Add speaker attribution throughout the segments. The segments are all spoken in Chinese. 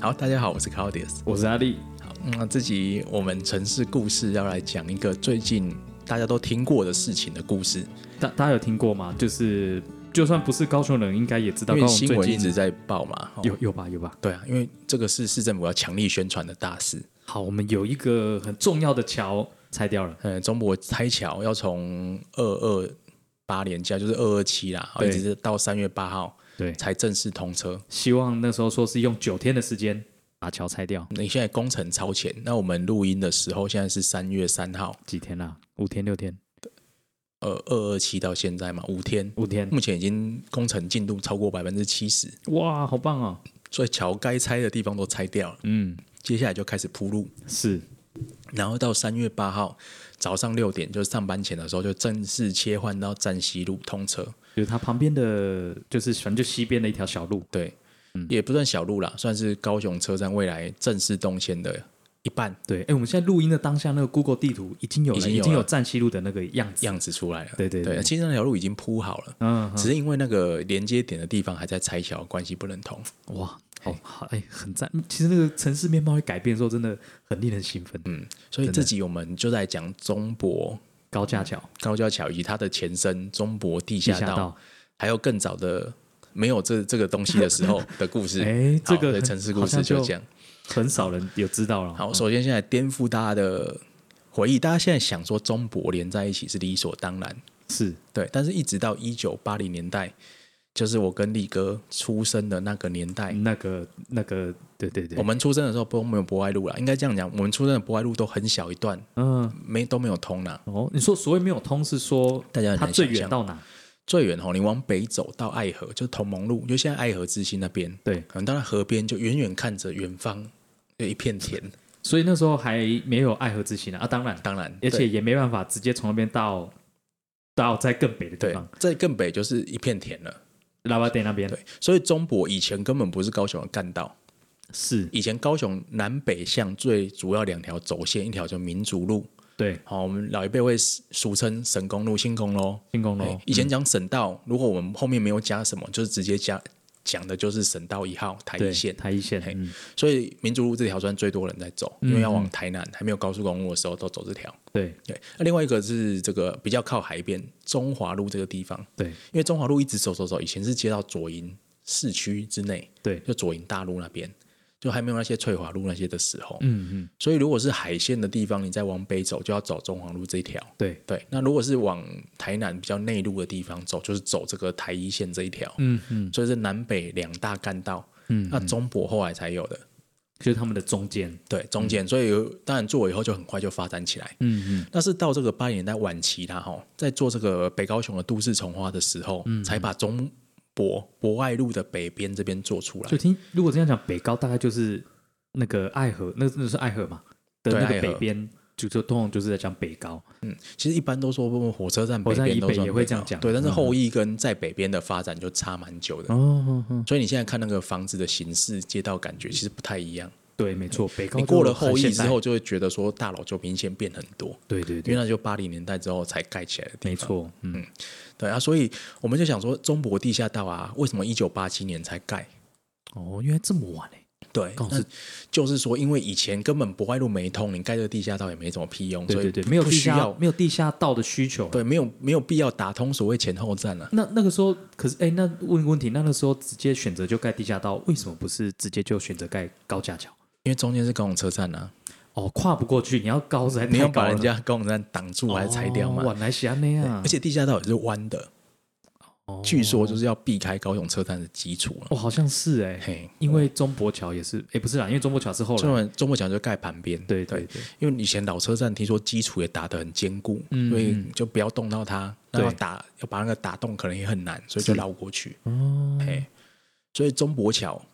Speaker 1: 好，大家好，我是 Claudius。
Speaker 2: 我是阿力，
Speaker 1: 好，那这集我们城市故事要来讲一个最近大家都听过的事情的故事，
Speaker 2: 大大家有听过吗？就是就算不是高雄人，应该也知道
Speaker 1: 因
Speaker 2: 高
Speaker 1: 为
Speaker 2: 雄
Speaker 1: 新闻
Speaker 2: 最
Speaker 1: 一直
Speaker 2: 近
Speaker 1: 在报嘛。哦
Speaker 2: 有有吧有吧。
Speaker 1: 对啊，因为这个是市政府要强力宣传的大事。
Speaker 2: 好，我们有一个很重要的桥拆掉了，
Speaker 1: 嗯，中国拆桥要从二二八年假，就是二二七啦，哦
Speaker 2: 对
Speaker 1: 一直是到三月八号
Speaker 2: 对，
Speaker 1: 才正式通车。
Speaker 2: 希望那时候说是用九天的时间把桥拆掉，
Speaker 1: 你现在工程超前，那我们录音的时候现在是三月三号，
Speaker 2: 几天啦、啊五天六天
Speaker 1: 呃，二二七到现在嘛，五天，
Speaker 2: 五天，
Speaker 1: 目前已经工程进度超过百分之七十，
Speaker 2: 哇，好棒哦！
Speaker 1: 所以桥该拆的地方都拆掉了，
Speaker 2: 嗯，
Speaker 1: 接下来就开始铺路，
Speaker 2: 是
Speaker 1: 然后到三月八号早上六点，就是上班前的时候，就正式切换到站西路通车。
Speaker 2: 就是它旁边的，就是反正就西边的一条小路，
Speaker 1: 对，
Speaker 2: 嗯
Speaker 1: 也不算小路啦，算是高雄车站未来正式动线的一半
Speaker 2: 对，哎、我们现在录音的当下，那个 Google 地图已经有了，
Speaker 1: 已
Speaker 2: 已
Speaker 1: 经
Speaker 2: 经
Speaker 1: 有
Speaker 2: 有
Speaker 1: 了
Speaker 2: 站西路的那个样子。
Speaker 1: 样子出来了。
Speaker 2: 对对对
Speaker 1: 其实那条路已经铺好了。
Speaker 2: 嗯，
Speaker 1: 只是因为那个连接点的地方还在拆桥，关系不能通。
Speaker 2: 哇，好好，哎、很赞。其实那个城市面貌会改变的时候，真的很令人兴奋。嗯，
Speaker 1: 所以这集我们就在讲中博
Speaker 2: 高架桥、
Speaker 1: 高架桥以及它的前身中博地
Speaker 2: 地
Speaker 1: 下
Speaker 2: 下
Speaker 1: 道，
Speaker 2: 道，
Speaker 1: 还有更早的没有这这个东西的时 候的故事。
Speaker 2: 哎这
Speaker 1: 好对
Speaker 2: 个很
Speaker 1: 城市故
Speaker 2: 好
Speaker 1: 事
Speaker 2: 像
Speaker 1: 就
Speaker 2: 就哦
Speaker 1: 这样。
Speaker 2: 很少人有知道了。
Speaker 1: 好，首先现在颠覆大家的回忆，大家现在想说中博连在一起是理所当然，
Speaker 2: 是
Speaker 1: 对。但是一直到一九八零年代，就是我跟力哥出生的那个年代，
Speaker 2: 那个那个，对对
Speaker 1: 哎我
Speaker 2: 对，
Speaker 1: 们出生的时候都没有博爱路啦，应该这样讲，我们出生的博爱路都很小一段，
Speaker 2: 嗯，
Speaker 1: 没都没有通啦。
Speaker 2: 哦，你说所谓没有通是说
Speaker 1: 大家很
Speaker 2: 它
Speaker 1: 难
Speaker 2: 最
Speaker 1: 想
Speaker 2: 远
Speaker 1: 象，
Speaker 2: 到哪？
Speaker 1: 最远哦吼，你往北走到爱河，就是同盟路，就现在爱河之心那边，
Speaker 2: 对，
Speaker 1: 可能到那河边就远远看着远方有一片田，
Speaker 2: 所以那时候还没有爱河之心啊，啊当然，
Speaker 1: 当然，
Speaker 2: 而
Speaker 1: 对
Speaker 2: 且也没办法直接从那边到到在更北的地
Speaker 1: 对
Speaker 2: 方，，
Speaker 1: 在更北就是一片田了。
Speaker 2: 拉巴店那边
Speaker 1: 对，所以中博以前根本不是高雄的干道，
Speaker 2: 是
Speaker 1: 以前高雄南北向最主要两条轴线，一条叫民族路，
Speaker 2: 对
Speaker 1: 好，我们老一辈会俗称省公路、新公路。
Speaker 2: 新公
Speaker 1: 哎
Speaker 2: 路，
Speaker 1: 以前讲省道，如果我们后面没有加什么，就是直接加讲的就是省道一号台一
Speaker 2: 对
Speaker 1: 线。
Speaker 2: 台一线，
Speaker 1: 嘿
Speaker 2: 嗯，
Speaker 1: 所以民族路这条算最多人在走，因为要往台南，还没有高速公路的时候都走这条。
Speaker 2: 对
Speaker 1: 对，那另外一个是这个比较靠海边中华路这个地方，
Speaker 2: 对
Speaker 1: 因为中华路一直走走走，以前是接到左营市区之内，
Speaker 2: 对，
Speaker 1: 就左营大路那边，就还没有那些翠华路那些的时候。
Speaker 2: 嗯嗯
Speaker 1: 所以如果是海线的地方，你再往北走就要走中华路这一条。
Speaker 2: 对，
Speaker 1: 对，那如果是往台南比较内陆的地方走，就是走这个台一线这一条。
Speaker 2: 嗯嗯
Speaker 1: 所以是南北两大干道，
Speaker 2: 嗯，
Speaker 1: 那中博后来才有的，
Speaker 2: 就是他们的中间，
Speaker 1: 对，中间，所以有当然做以后就很快就发展起来。
Speaker 2: 嗯嗯嗯
Speaker 1: 但是到这个八零年代晚期啦，哈，在做这个北高雄的都市重划的时候，
Speaker 2: 嗯
Speaker 1: 才把中博博爱路的北边这边做出来
Speaker 2: 就。听如果这样讲，北高大概就是那个爱河，那那是爱河嘛的
Speaker 1: 对
Speaker 2: 那
Speaker 1: 爱
Speaker 2: 个
Speaker 1: 河
Speaker 2: 北边，就就通常就是在讲北高，
Speaker 1: 其实一般都说火车站北
Speaker 2: 火车站
Speaker 1: 边
Speaker 2: 以
Speaker 1: 都
Speaker 2: 北
Speaker 1: 算
Speaker 2: 也会
Speaker 1: 北
Speaker 2: 这样
Speaker 1: 高
Speaker 2: 讲嗯
Speaker 1: 对，但是后羿跟在北边的发展就差蛮久的。
Speaker 2: 哦，嗯
Speaker 1: 所以你现在看那个房子的形式、街道感觉其实不太一样。
Speaker 2: 对，没错，北高
Speaker 1: 你过
Speaker 2: 就
Speaker 1: 了后
Speaker 2: 很
Speaker 1: 羿
Speaker 2: 现
Speaker 1: 之
Speaker 2: 代，
Speaker 1: 后，就会觉得说大楼就明显变很多，
Speaker 2: 对
Speaker 1: 因
Speaker 2: 对
Speaker 1: 为
Speaker 2: 对，
Speaker 1: 那就八零年代之后才盖起来的地
Speaker 2: 没
Speaker 1: 方。
Speaker 2: 错，嗯，
Speaker 1: 对啊，所以我们就想说，中国地下道啊，为什么一九八七年才盖？
Speaker 2: 哦，原来这么晚哎，
Speaker 1: 对，
Speaker 2: 刚好
Speaker 1: 那
Speaker 2: 是
Speaker 1: 就是说，因为以前根本博爱路没通，你盖这个地下道也没什么屁用，
Speaker 2: 对对对，
Speaker 1: 所以
Speaker 2: 没有
Speaker 1: 不
Speaker 2: 地
Speaker 1: 需
Speaker 2: 下
Speaker 1: 要，
Speaker 2: 没有地下道的需求，啊
Speaker 1: 对，没有没有必要打通所谓前后站了、啊。
Speaker 2: 那那个时候，可是哎、那问个问题，那那时候直接选择就盖地下道，为什么不是直接就选择盖高架桥？
Speaker 1: 因为中间是高雄车站啊，
Speaker 2: 哦，跨不过去，你要高才
Speaker 1: 你要
Speaker 2: 太高
Speaker 1: 把
Speaker 2: 了
Speaker 1: 人家高雄站挡住还是拆掉嘛
Speaker 2: 哦、？晚来西安那样，
Speaker 1: 而且地下道也是弯的，
Speaker 2: 哦
Speaker 1: 据说就是要避开高雄车站的基础了、
Speaker 2: 哦，好像是哎、
Speaker 1: 嘿，
Speaker 2: 因为中博桥也是，哎、不是啦，因为中博桥是后
Speaker 1: 中
Speaker 2: 来，
Speaker 1: 文中国讲就盖旁边，
Speaker 2: 对对对，
Speaker 1: 因为以前老车站听说基础也打得很坚固，
Speaker 2: 嗯
Speaker 1: 所以就不要动到它，
Speaker 2: 对
Speaker 1: 然后打要把那个打洞可能也很难，所以就是绕过去。
Speaker 2: 哦，
Speaker 1: 嘿，所以中博桥，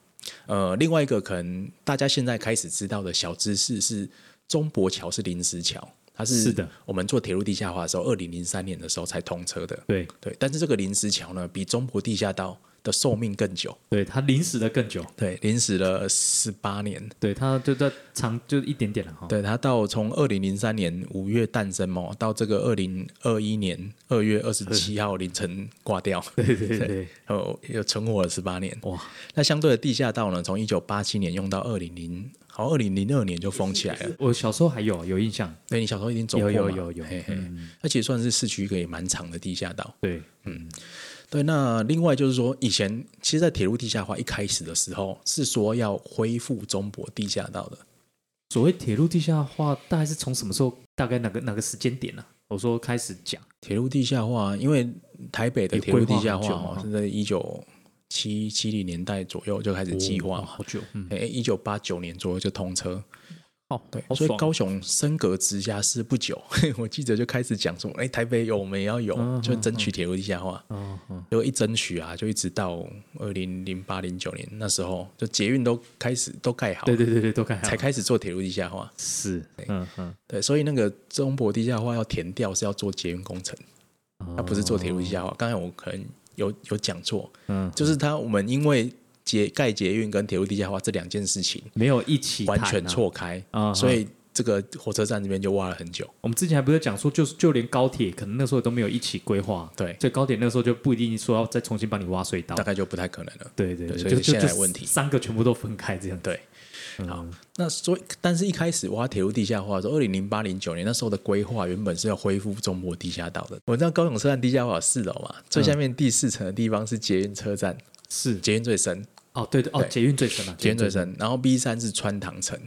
Speaker 1: 呃，另外一个可能大家现在开始知道的小知识是，中博桥是临时桥，它是
Speaker 2: 是的，
Speaker 1: 我们做铁路地下化的时候，二零零三年的时候才通车的。
Speaker 2: 对，
Speaker 1: 对，但是这个临时桥呢，比中博地下道的寿命更久，
Speaker 2: 对它临时的更久，
Speaker 1: 对，临时了十八年。
Speaker 2: 对它就在长就一点点了哈。
Speaker 1: 对它到从二零零三年五月诞生哦，到这个二零二一年二月二十七号凌晨挂掉，
Speaker 2: 对对对对，
Speaker 1: 哦，又存活了十八年。
Speaker 2: 哇，
Speaker 1: 那相对的地下道呢，从一九八七年用到二零零，好，二零零二年就封起来了。
Speaker 2: 我小时候还有有印象，
Speaker 1: 对你小时候一定走过嘛
Speaker 2: 有有有嗯有
Speaker 1: 嘿嘿，那其实算是市区一个也蛮长的地下道。
Speaker 2: 对
Speaker 1: 对，那另外就是说，以前其实，在铁路地下化一开始的时候，是说要恢复中国地下道的。
Speaker 2: 所谓铁路地下化，大概是从什么时候？大概哪个哪个时间点呢、啊我说开始讲，
Speaker 1: 铁路地下化，因为台北的铁路地下化
Speaker 2: 也规划
Speaker 1: 哦，
Speaker 2: 很久
Speaker 1: 是在一九七七零年代左右就开始计划
Speaker 2: 哦
Speaker 1: 嘛，
Speaker 2: 好久，嗯，
Speaker 1: 哎、一九八九年左右就通车。
Speaker 2: 哦，
Speaker 1: 对，
Speaker 2: 好
Speaker 1: 所以
Speaker 2: 爽
Speaker 1: 高雄升格直辖市不久， 我记者就开始讲说，哎、台北有，我们也要有，
Speaker 2: 嗯
Speaker 1: 就争取铁路地下化。
Speaker 2: 哦，哦
Speaker 1: 结果一争取啊，就一直到二零零八零九年那时候，就捷运都开始都盖好，
Speaker 2: 对对对对，都看好
Speaker 1: 才开始做铁路地下化。
Speaker 2: 是，嗯嗯，
Speaker 1: 对，所以那个中国地下化要填掉是要做捷运工程，它不是做铁路地下化。刚才我可能有有讲错，
Speaker 2: 嗯，
Speaker 1: 就是它我们因为捷盖捷运跟铁路地下化这两件事情
Speaker 2: 没有一起
Speaker 1: 完
Speaker 2: 谈
Speaker 1: 全
Speaker 2: 啊
Speaker 1: 错开，
Speaker 2: 啊
Speaker 1: 所以这个火车站这边就挖了很久。
Speaker 2: 我们之前还不是讲说，就是就连高铁可能那时候都没有一起规划，
Speaker 1: 对
Speaker 2: 所以高铁那时候就不一定说要再重新帮你挖隧道
Speaker 1: 大，概就不太可能了。
Speaker 2: 对对
Speaker 1: 对
Speaker 2: 对，
Speaker 1: 所以
Speaker 2: 就
Speaker 1: 现
Speaker 2: 就
Speaker 1: 在
Speaker 2: 就
Speaker 1: 的问题
Speaker 2: 三个全部都分开这样，嗯
Speaker 1: 对，好，那所以但是一开始挖铁路地下化的时候，二零零八零九年那时候的规划原本是要恢复中国地下道的。我知道高雄车站地下化有四楼嘛，最
Speaker 2: 嗯
Speaker 1: 下面第四层的地方是捷运车站，
Speaker 2: 是
Speaker 1: 捷运最深，
Speaker 2: 哦，对对哦，
Speaker 1: 对
Speaker 2: 捷运最深了，
Speaker 1: 捷运最深，然后 B 三是穿堂层、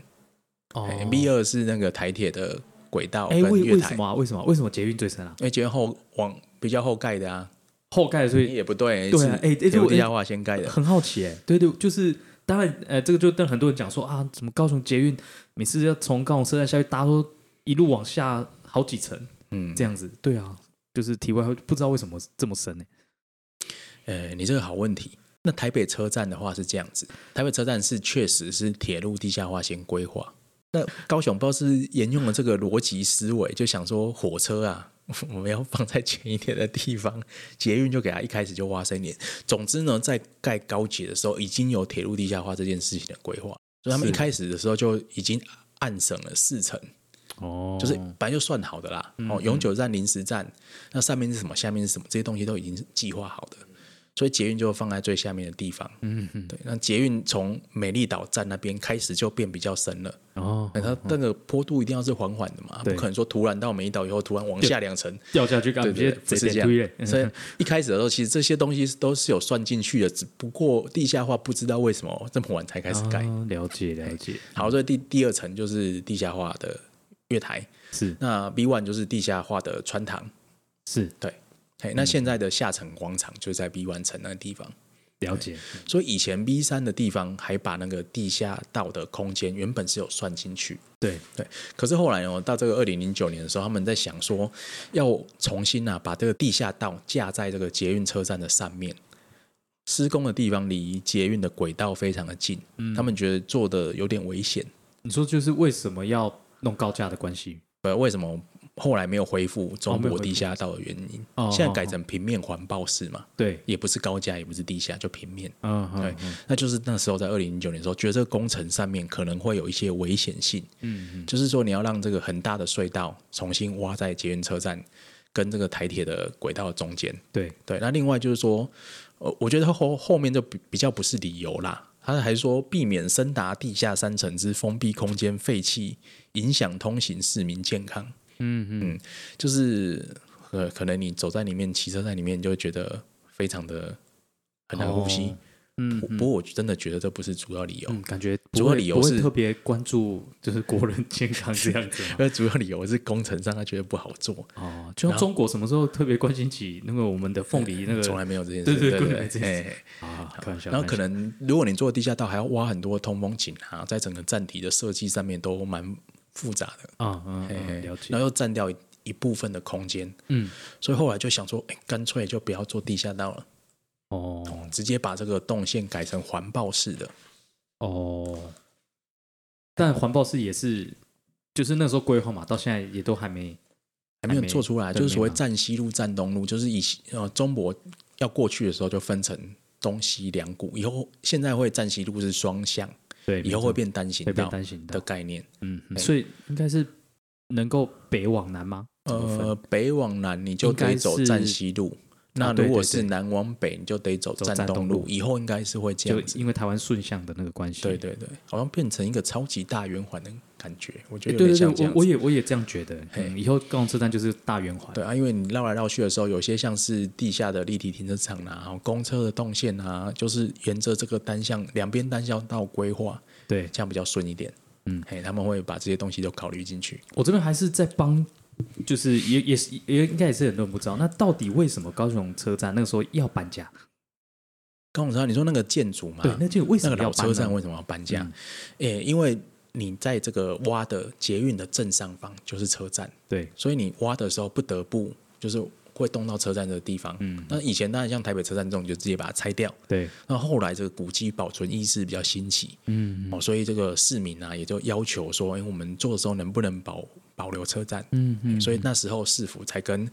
Speaker 2: 哦
Speaker 1: b 二是那个台铁的轨道
Speaker 2: 哎，
Speaker 1: 跟
Speaker 2: 为
Speaker 1: 月
Speaker 2: 为
Speaker 1: 台，
Speaker 2: 什么啊？为什么为什么捷运最深啊？
Speaker 1: 因为捷运后往比较后盖的啊，
Speaker 2: 后盖所以
Speaker 1: 也不对，
Speaker 2: 对啊
Speaker 1: 是
Speaker 2: 哎哎
Speaker 1: 铁路
Speaker 2: 我
Speaker 1: 地下化先盖的，
Speaker 2: 很好奇哎、对对，就是当然，呃，这个就跟很多人讲说啊，怎么高雄捷运每次要从高雄车站下去，大家都一路往下好几层
Speaker 1: 嗯，
Speaker 2: 这样子，对啊，就是题外话，不知道为什么这么深呢、
Speaker 1: 呃，你这个好问题。那台北车站的话是这样子，台北车站是确实是铁路地下化先规划。那高雄不知道是沿用了这个逻辑思维，就想说火车啊， 我们要放在前一点的地方，捷运就给它一开始就挖深一点。总之呢，在盖高铁的时候，已经有铁路地下化这件事情的规划，所以他们
Speaker 2: 是
Speaker 1: 一开始的时候就已经暗省了四成，
Speaker 2: 哦嗯
Speaker 1: 就是本来就算好的啦。哦，永久站、临时站，那上面是什么，下面是什么，这些东西都已经是计划好的，所以捷运就放在最下面的地方。嗯，对。那捷运从美丽岛站那边开始就变比较深了，
Speaker 2: 哦，
Speaker 1: 那它那个坡度一定要是缓缓的嘛，不
Speaker 2: 对
Speaker 1: 可能说突然到美丽岛以后突然往下两层。
Speaker 2: 掉下去干
Speaker 1: 对
Speaker 2: 嘛？
Speaker 1: 对，
Speaker 2: 直
Speaker 1: 对不
Speaker 2: 接
Speaker 1: 是
Speaker 2: 直
Speaker 1: 这
Speaker 2: 接推嘞
Speaker 1: 样，所以一开始的时候，其实这些东西都是有算进去的，只不过地下化不知道为什么这么晚才开始盖。
Speaker 2: 哦了解了解，
Speaker 1: 好，所以第第二层就是地下化的月台，
Speaker 2: 是
Speaker 1: 那 B one 就是地下化的穿堂，
Speaker 2: 是
Speaker 1: 对，嘿，那现在的下层广场就在 B one 层那个地方，
Speaker 2: 了解，
Speaker 1: 所以以前 B 三的地方还把那个地下道的空间原本是有算进去，
Speaker 2: 对，
Speaker 1: 对，可是后来哦，到这个二零零九年的时候，他们在想说要重新啊把这个地下道架在这个捷运车站的上面。施工的地方离捷运的轨道非常的近，他们觉得做的有点危险，
Speaker 2: 你说就是为什么要弄高架的关系？
Speaker 1: 呃，为什么后来没有恢复中
Speaker 2: 哦没有
Speaker 1: 国
Speaker 2: 恢复
Speaker 1: 地下道的原因？
Speaker 2: 哦
Speaker 1: 现在改成平面环抱式嘛，
Speaker 2: 对，
Speaker 1: 也不是高架，也不是地下，就平面。
Speaker 2: 嗯，
Speaker 1: 对，
Speaker 2: 嗯
Speaker 1: 那就是那时候在二零零九年的时候，觉得这个工程上面可能会有一些危险性，
Speaker 2: 嗯嗯，
Speaker 1: 就是说你要让这个很大的隧道重新挖在捷运车站跟这个台铁的轨道中间。
Speaker 2: 对，
Speaker 1: 对，那另外就是说，呃，我觉得后后面就比比较不是理由啦。他还说避免深达地下三层之封闭空间废弃，影响通行市民健康。嗯嗯，就是呃，可能你走在里面，骑车在里面，你就会觉得非常的很难呼吸。
Speaker 2: 嗯
Speaker 1: 不不过我真的觉得这不是主要理由，
Speaker 2: 嗯，感觉
Speaker 1: 主
Speaker 2: 不
Speaker 1: 要
Speaker 2: 会
Speaker 1: 理由
Speaker 2: 不会
Speaker 1: 是
Speaker 2: 特别关注就是国人健康这样子嘛。
Speaker 1: 而主要理由是工程上他觉得不好 做，
Speaker 2: 哦，就像中国什么时候特别关心起那个我们的凤梨那 个？
Speaker 1: 从来没有这件事。
Speaker 2: 对对
Speaker 1: 对
Speaker 2: 根本没这件
Speaker 1: 哎
Speaker 2: 事啊，开玩笑。
Speaker 1: 然后可
Speaker 2: 开玩笑
Speaker 1: 能如果你做地下道，还要挖很多通风井啊，在整个站体的设计上面都蛮复杂的，
Speaker 2: 啊，嗯
Speaker 1: 嘿嘿
Speaker 2: 嗯，了解
Speaker 1: 然。后又占掉一一部分的空间，
Speaker 2: 嗯，
Speaker 1: 所以后来就想说，哎，干脆就不要做地下道了，
Speaker 2: 哦
Speaker 1: 直接把这个动线改成环抱式的。
Speaker 2: 哦，但环保是也是，就是那时候规划嘛，到现在也都还没
Speaker 1: 还没有做出来，
Speaker 2: 还没啊
Speaker 1: 就是所谓
Speaker 2: 对
Speaker 1: 站西路、站东路，就是以呃中国要过去的时候就分成中西两股，以后现在会站西路是双向，
Speaker 2: 对，
Speaker 1: 以后会变单行
Speaker 2: 会变
Speaker 1: 道
Speaker 2: 单行
Speaker 1: 的
Speaker 2: 道，
Speaker 1: 概念。
Speaker 2: 嗯，嗯
Speaker 1: 哎
Speaker 2: 所以应该是能够北往南吗？怎么分
Speaker 1: 呃，北往南你就
Speaker 2: 应该
Speaker 1: 得走站
Speaker 2: 是
Speaker 1: 西路，
Speaker 2: 啊
Speaker 1: 那
Speaker 2: 对
Speaker 1: 如果
Speaker 2: 对
Speaker 1: 是
Speaker 2: 对
Speaker 1: 南往北，你就得走
Speaker 2: 走
Speaker 1: 站
Speaker 2: 站
Speaker 1: 东
Speaker 2: 东
Speaker 1: 路。
Speaker 2: 路
Speaker 1: 以后应该是会这
Speaker 2: 就
Speaker 1: 样子。
Speaker 2: 因为台湾顺向的那个关系，
Speaker 1: 对对对，好像变成一个超级大圆环的感觉，我觉
Speaker 2: 哎
Speaker 1: 得有
Speaker 2: 对
Speaker 1: 点
Speaker 2: 对
Speaker 1: 像这
Speaker 2: 对，
Speaker 1: 样
Speaker 2: 我
Speaker 1: 子。
Speaker 2: 我也我也这样觉得。
Speaker 1: 嘿
Speaker 2: 嗯，以后高雄车站就是大圆环，
Speaker 1: 对啊，因为你绕来绕去的时候，有些像是地下的立体停车场啊，然后公车的动线啊，就是沿着这个单向两边单向道规划，
Speaker 2: 对，
Speaker 1: 这样比较顺一点。
Speaker 2: 嗯，
Speaker 1: 嘿，他们会把这些东西都考虑进去。
Speaker 2: 我这边还是在帮，就是也也是也应该也是很多人不知道，那到底为什么高雄车站那个时候要搬家？
Speaker 1: 高永超，你说那个建筑嘛，
Speaker 2: 对，那就为什
Speaker 1: 那个
Speaker 2: 么要
Speaker 1: 老
Speaker 2: 搬
Speaker 1: 车
Speaker 2: 呢
Speaker 1: 站为什么要搬家
Speaker 2: 嗯？
Speaker 1: 诶、因为你在这个挖的捷运的正上方就是车站，
Speaker 2: 对，
Speaker 1: 所以你挖的时候不得不就是会动到车站的地方。
Speaker 2: 嗯
Speaker 1: 那以前当然像台北车站这种，就直接把它拆掉。
Speaker 2: 对，
Speaker 1: 那后来这个古迹保存意识比较新奇，
Speaker 2: 嗯
Speaker 1: 哦，所以这个市民啊也就要求说，哎、我们做的时候能不能保保留车站？哎
Speaker 2: 嗯嗯，
Speaker 1: 所以那时候市府才跟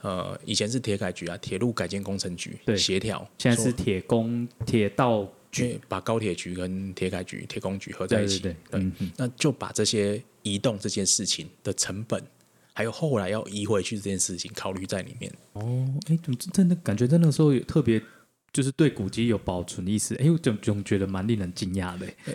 Speaker 1: 呃以前是铁改局啊，铁路改建工程局
Speaker 2: 对
Speaker 1: 协调，
Speaker 2: 现在是
Speaker 1: 说
Speaker 2: 铁工铁道
Speaker 1: 因为把高铁局跟铁改局、铁工局合在
Speaker 2: 对
Speaker 1: 一
Speaker 2: 对
Speaker 1: 起，
Speaker 2: 对，嗯嗯，
Speaker 1: 那就把这些移动这件事情的成本，还有后来要移回去这件事情考虑在里面。
Speaker 2: 哦，哎，怎么真的感觉在那个时候有特别。就是对古迹有保存意识，哎，我总总觉得蛮令人惊讶的。诶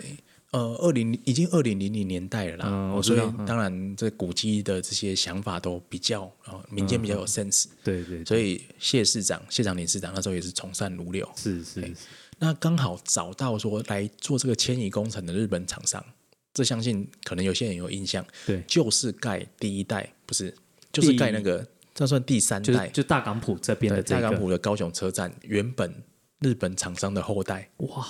Speaker 1: 呃，二零已经二零零零年代了啦，哦
Speaker 2: 嗯我知
Speaker 1: 所以
Speaker 2: 道嗯
Speaker 1: 当然这古迹的这些想法都比较呃民间比
Speaker 2: 嗯
Speaker 1: 较有 sense，、
Speaker 2: 对对，对
Speaker 1: 所以谢市长、谢长林市长那时候也是从善如流，
Speaker 2: 是是是，
Speaker 1: 那刚好找到说来做这个迁移工程的日本厂商，这相信可能有些人有印象，
Speaker 2: 对，
Speaker 1: 就是盖第一代不是，就是盖那个这算第三
Speaker 2: 就是
Speaker 1: 代，
Speaker 2: 就大港埔这边
Speaker 1: 对
Speaker 2: 的这
Speaker 1: 大
Speaker 2: 个
Speaker 1: 港埔的高雄车站原本日本厂商的后代，
Speaker 2: 哇，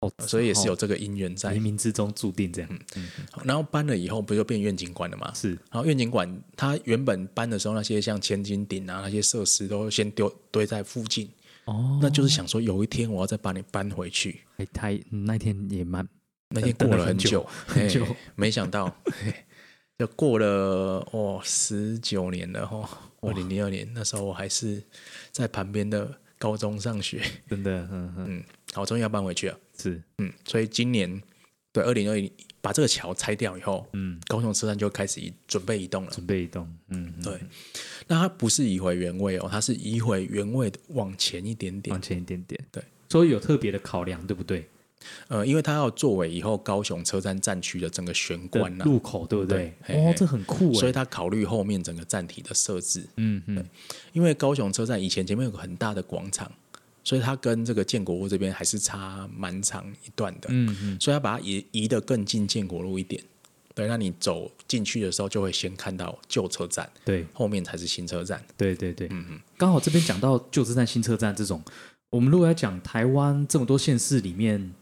Speaker 2: 哦，
Speaker 1: 所以也是有
Speaker 2: 哦
Speaker 1: 这个因缘在
Speaker 2: 冥。冥之中注定这样。嗯，
Speaker 1: 好然后搬了以后，不就变愿景馆了吗？
Speaker 2: 是
Speaker 1: 然后愿景馆它原本搬的时候，那些像千斤顶啊那些设施都先丢堆在附近，
Speaker 2: 哦，
Speaker 1: 那就是想说有一天我要再把你搬回去。
Speaker 2: 还太嗯那天也蛮
Speaker 1: 那天
Speaker 2: 等
Speaker 1: 过
Speaker 2: 了
Speaker 1: 了
Speaker 2: 很
Speaker 1: 很
Speaker 2: 久
Speaker 1: 久，
Speaker 2: 很久
Speaker 1: 嘿没想到，嘿就过了哦十九年了哈，二零零二年那时候我还是在旁边的高中上学，
Speaker 2: 真的，嗯嗯，
Speaker 1: 嗯，好，终于要搬回去了，
Speaker 2: 是，
Speaker 1: 嗯，所以今年对二零二零把这个桥拆掉以后，
Speaker 2: 嗯，
Speaker 1: 高雄车站就开始移准备移动了。
Speaker 2: 准备移动，嗯，嗯
Speaker 1: 对，那它不是移回原位哦，它是移回原位的往前一点点
Speaker 2: 往，前一点点，
Speaker 1: 对，
Speaker 2: 所以有特别的考量，对不对？
Speaker 1: 呃，因为它要作为以后高雄车站站区的整个玄
Speaker 2: 的
Speaker 1: 关啊呐、
Speaker 2: 路口，对不对？
Speaker 1: 对嘿
Speaker 2: 哦
Speaker 1: 嘿，
Speaker 2: 这很酷
Speaker 1: 所以
Speaker 2: 哎，
Speaker 1: 它考虑后面整个站体的设置。
Speaker 2: 嗯嗯，
Speaker 1: 因为高雄车站以前前面有个很大的广场，所以它跟这个建国路这边还是差蛮长一段的，
Speaker 2: 嗯嗯，
Speaker 1: 所以它把它移移得更近建国路一点。对，那你走进去的时候就会先看到旧车站，
Speaker 2: 对
Speaker 1: 后面才是新车站。
Speaker 2: 对对对，
Speaker 1: 嗯
Speaker 2: 刚好这边讲到旧车站、新车站这种，我们如果要讲台湾这么多县市里面。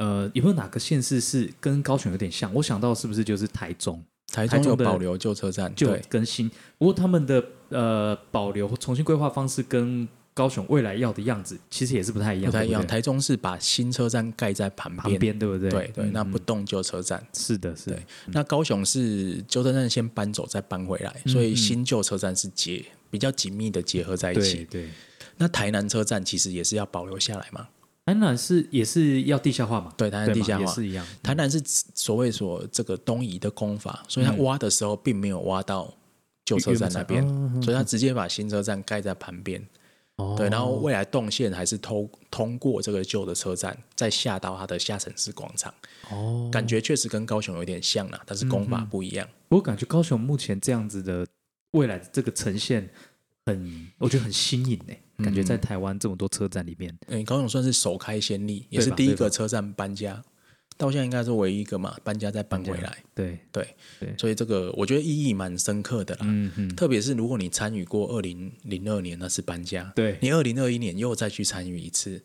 Speaker 2: 呃，有没有哪个县市是跟高雄有点像？我想到是不是就是台中？
Speaker 1: 台
Speaker 2: 中
Speaker 1: 中有
Speaker 2: 的
Speaker 1: 保留旧车站，
Speaker 2: 就
Speaker 1: 对
Speaker 2: 更新。不过他们的呃保留重新规划方式跟高雄未来要的样子，其实也是不太一样，
Speaker 1: 不太一样。
Speaker 2: 对不对
Speaker 1: 台中是把新车站盖在旁
Speaker 2: 旁
Speaker 1: 边，
Speaker 2: 边对不对？
Speaker 1: 对对，
Speaker 2: 嗯
Speaker 1: 那不
Speaker 2: 嗯
Speaker 1: 动旧车站。
Speaker 2: 是的，是的
Speaker 1: 对，那高雄是旧车站先搬走再搬回来，
Speaker 2: 嗯
Speaker 1: 所以新旧车站是结比较紧密的结合在一
Speaker 2: 对
Speaker 1: 起。
Speaker 2: 对。
Speaker 1: 那台南车站其实也是要保留下来嘛，
Speaker 2: 台南是也是要地下化嘛？
Speaker 1: 对台南地
Speaker 2: 嘛
Speaker 1: 下
Speaker 2: 也
Speaker 1: 化
Speaker 2: 是一样。
Speaker 1: 台南是所谓所这个东移的工法，
Speaker 2: 嗯
Speaker 1: 所以他挖的时候并没有挖到旧车站那边，
Speaker 2: 嗯
Speaker 1: 所以他直接把新车站盖在旁边。
Speaker 2: 哦
Speaker 1: 对，然后未来动线还是通通过这个旧的车站，再下到它的下城市广场，
Speaker 2: 哦，
Speaker 1: 感觉确实跟高雄有点像啦，但是工法不一样。
Speaker 2: 我感觉高雄目前这样子的未来的这个呈现很，我觉得很新颖诶、感觉在台湾这么多车站里面，
Speaker 1: 嗯，高雄算是首开先例，也是
Speaker 2: 对吧
Speaker 1: 第一
Speaker 2: 对
Speaker 1: 个车站搬家，到现在应该是唯一一个嘛，搬家再搬回来。
Speaker 2: 对
Speaker 1: 对，
Speaker 2: 对
Speaker 1: 所以这个我觉得意义蛮深刻的啦。
Speaker 2: 嗯嗯，
Speaker 1: 特别是如果你参与过二零零二年那次搬家，
Speaker 2: 对
Speaker 1: 你二零二一年又再去参与一次，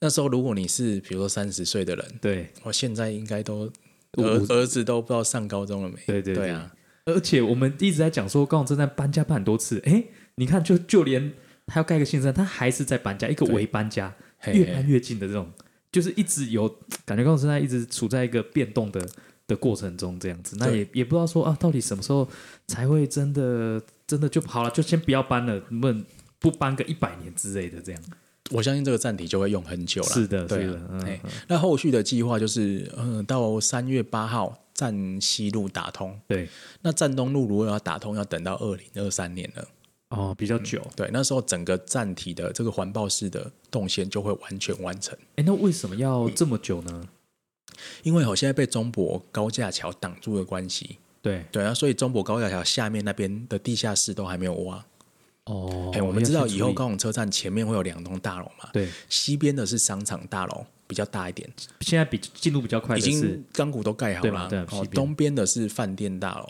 Speaker 1: 那时候如果你是比如说三十岁的人，
Speaker 2: 对
Speaker 1: 我现在应该都
Speaker 2: 五
Speaker 1: 儿
Speaker 2: 五
Speaker 1: 儿子都不知道上高中了没？
Speaker 2: 对对
Speaker 1: 对啊，
Speaker 2: 而且我们一直在讲说高雄车站搬家搬很多次，哎，你看就就连他要盖个新车站，他还是在搬家，一个
Speaker 1: 对
Speaker 2: 围搬家，
Speaker 1: 嘿
Speaker 2: 越搬越近的这种，就是一直有感觉高雄车站一直处在一个变动的的过程中这样子，那
Speaker 1: 对
Speaker 2: 也也不知道说啊，到底什么时候才会真的真的就好了，就先不要搬了，能不能不搬个一百年之类的这样？
Speaker 1: 我相信这个站体就会用很久了。
Speaker 2: 是的，
Speaker 1: 对
Speaker 2: 是
Speaker 1: 啊
Speaker 2: 的，嗯
Speaker 1: 哎
Speaker 2: 嗯
Speaker 1: 那后续的计划就是，嗯、到三月八号站西路打通，
Speaker 2: 对，
Speaker 1: 那站东路如果要打通，要等到二零二三年了。
Speaker 2: 哦，比较久。
Speaker 1: 对，那时候整个站体的这个环抱式的动线就会完全完成，
Speaker 2: 哎，那为什么要这么久呢？
Speaker 1: 因为我现在被中博高架桥挡住的关系，
Speaker 2: 对，
Speaker 1: 对啊，所以中博高架桥下面那边的地下室都还没有挖。
Speaker 2: 哦，
Speaker 1: 哎、我们
Speaker 2: 要
Speaker 1: 知道
Speaker 2: 先
Speaker 1: 以
Speaker 2: 处
Speaker 1: 后
Speaker 2: 理
Speaker 1: 高雄车站前面会有两栋大楼嘛，
Speaker 2: 对，
Speaker 1: 西边的是商场大楼，比较大一点，
Speaker 2: 现在比进度比较快
Speaker 1: 已
Speaker 2: 的是
Speaker 1: 经，钢骨都盖好
Speaker 2: 对
Speaker 1: 了
Speaker 2: 嘛对啊。
Speaker 1: 哦
Speaker 2: 西，边
Speaker 1: 东边的是饭店大楼，